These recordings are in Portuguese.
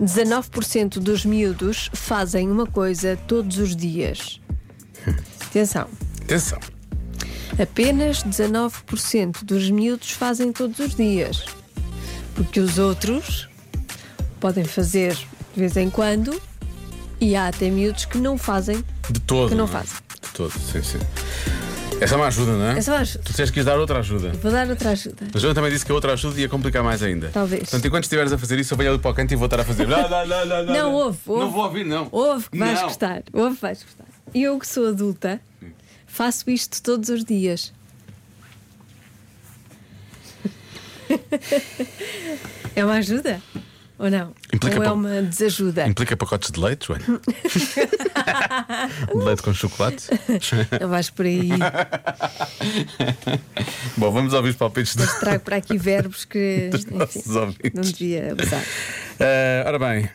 19% dos miúdos fazem uma coisa todos os dias. Atenção, Atenção. apenas 19% dos miúdos fazem todos os dias. Porque os outros podem fazer de vez em quando e há até miúdos que não fazem. De todo. Que não é? faz. De todo, sim, sim. Essa é uma ajuda, não é? Essa é uma ajuda. Tu disseste que ias dar outra ajuda. Vou dar outra ajuda. A Joana também disse que a outra ajuda ia complicar mais ainda. Talvez. Portanto, enquanto estiveres a fazer isso, eu venho ali para o canto e vou estar a fazer. Não, não, não, não, Não, ouve, ouve. Não vou ouvir, não. Ouve que vais Não. gostar. Ouve que vais gostar. Eu que sou adulta, faço isto todos os dias. É uma ajuda? Ou não? Implica Ou é pa- uma desajuda? Implica pacotes de leite, Joana? de leite com chocolate? Não vais por aí. Bom, vamos ouvir os palpites do. Mas trago para aqui verbos que Dos nossos enfim, ouvintes. não devia usar. Eh, ora bem,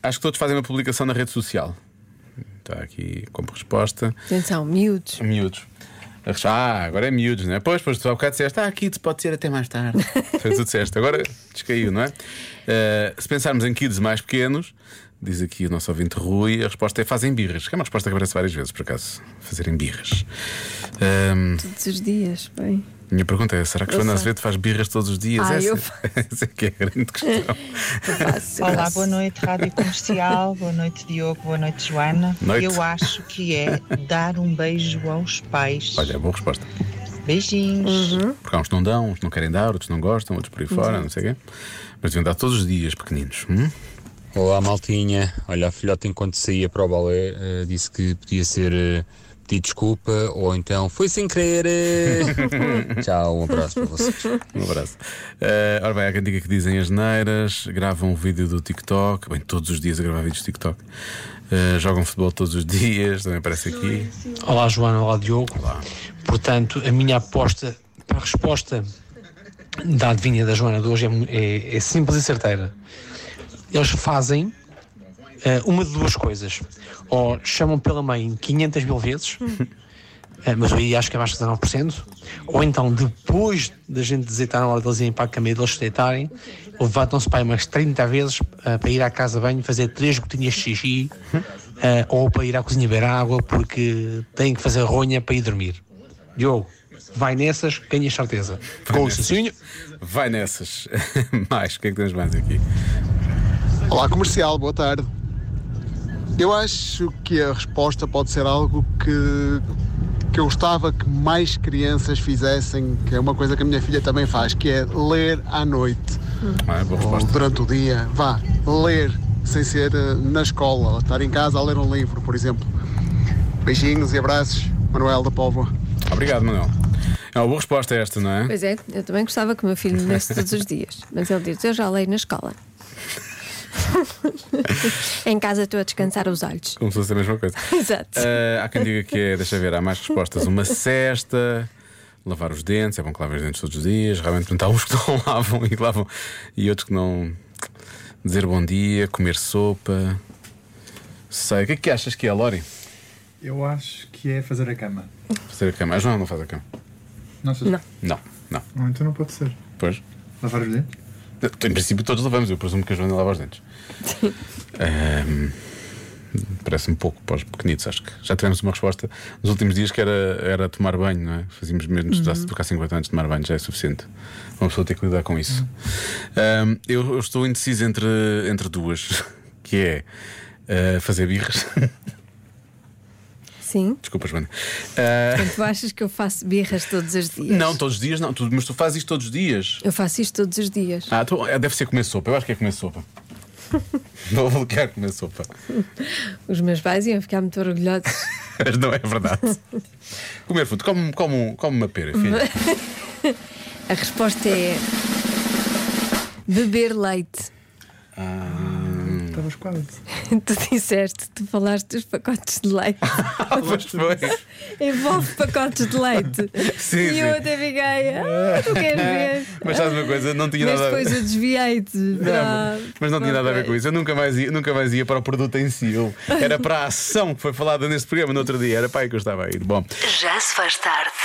acho que todos fazem uma publicação na rede social. Está aqui como resposta. Atenção, miúdos. Miúdos. Ah, agora é miúdos, não é? Pois, pois tu há bocado disseste, ah, kids pode ser até mais tarde. Foi o que tu disseste, agora descaiu, não é? Eh, se pensarmos em kids mais pequenos, diz aqui o nosso ouvinte Rui, a resposta é fazem birras, que é uma resposta que aparece várias vezes, por acaso, fazerem birras. Ahm, Todos os dias, bem. minha pergunta é: será que Eu Joana sei. Azevedo faz birras todos os dias? Ah, essa, eu faço. essa é que é a grande questão. eu faço, eu Olá, faço. boa noite, Rádio Comercial, boa noite, Diogo, boa noite, Joana. Noite. Eu acho que é dar um beijo aos pais. Olha, é boa resposta. Beijinhos. Porque há uns que não dão, uns que não querem dar, outros não gostam, outros por aí fora, Uhum. não sei o quê. Mas deviam dar todos os dias, pequeninos. Hum? Olá, maltinha. Olha, a filhota, enquanto saía para o balé, eh, disse que podia ser eh, pedir desculpa ou então foi sem querer. eh." Tchau, um abraço para vocês. Um abraço. Eh, ora bem, há quem diga que dizem as neiras, gravam o vídeo do TikTok, bem, todos os dias a gravar vídeos do TikTok, Eh, jogam futebol todos os dias, também aparece aqui. Olá Joana, olá Diogo. Portanto, a minha aposta para a resposta da adivinha da Joana de hoje é, mu- é- é simples e certeira. Eles fazem eh, uma de duas coisas. Ou chamam pela mãe 500 mil vezes, eh, mas eu aí acho que é mais de 19%. Ou então, depois da gente deitar na hora deles irem para a cama e deles se deitarem, levantam-se para aí umas 30 vezes eh, para ir à casa de banho fazer três gotinhas de xixi eh, ou para ir à cozinha beber água porque têm que fazer ronha para ir dormir. Diogo, vai nessas, ganhas certeza. Com o nessas. socinho. Vai nessas. mais, o que é que temos mais aqui? Olá comercial, boa tarde. Eu acho que a resposta pode ser algo que, que eu gostava que mais crianças fizessem, que é uma coisa que a minha filha também faz, que é ler à noite Ah, boa ou resposta. durante o dia. Vá, ler sem ser eh, na escola, ou estar em casa a ler um livro, por exemplo. Beijinhos e abraços, Manuel da Póvoa. Obrigado, Manuel. É uma boa resposta esta, não é? Pois é, eu também gostava que o meu filho me desse todos os dias, mas ele diz: Eu já leio na escola. em casa estou a descansar os olhos. Como se fosse a mesma coisa. Exato. Eh, há quem diga que é, deixa ver, há mais respostas. Uma cesta, lavar os dentes, é bom que lavem os dentes todos os dias. Realmente, portanto, há uns que não lavam e lavam, e outros que não. Dizer bom dia, comer sopa. Sei. O que é que achas que é, Lori? Eu acho que é fazer a cama. Fazer a cama. A Joana não faz a cama. Não achas? Não. Não, não. Não, então não pode ser. Pois. Lavar os dentes? Em princípio, todos lavamos. Eu presumo que a Joana lava os dentes. Ahm, Parece-me pouco para os pequenitos, acho que já tivemos uma resposta nos últimos dias que era, era tomar banho, não é? Fazíamos mesmo se durasse- tocar 50 anos de tomar banho, já é suficiente. Uma pessoa tem que lidar com isso. Ahm, eu, eu estou indeciso entre, entre duas, que é ah, fazer birras. Sim. Desculpa, Joana. Ah, Tu achas que eu faço birras todos os dias? não, todos os dias não, tu, mas tu fazes isto todos os dias. Eu faço isto todos os dias. Ah, tu, é, deve ser comer sopa, eu acho que é comer sopa. Não vou bloquear comer sopa. Os meus pais iam ficar muito orgulhosos. Mas não é verdade. Comer fruto, come, come, um- come uma pera, filho. A resposta é. Beber leite. Estavas quase. Tu disseste, tu falaste dos pacotes de leite. Ah, pois foi. Envolve pacotes de leite. Sim, e eu sim. até fiquei. Ah, tu queres ver? Mas sabes uma coisa, não tinha Mas nada a depois ver. eu desviei-te. para- Mas não tinha nada a ver com isso. Eu nunca mais ia, nunca mais ia para o produto em si. Eu- era para a ação que foi falada neste programa no outro dia. Era para aí que eu estava a ir. Bom, Já se faz tarde.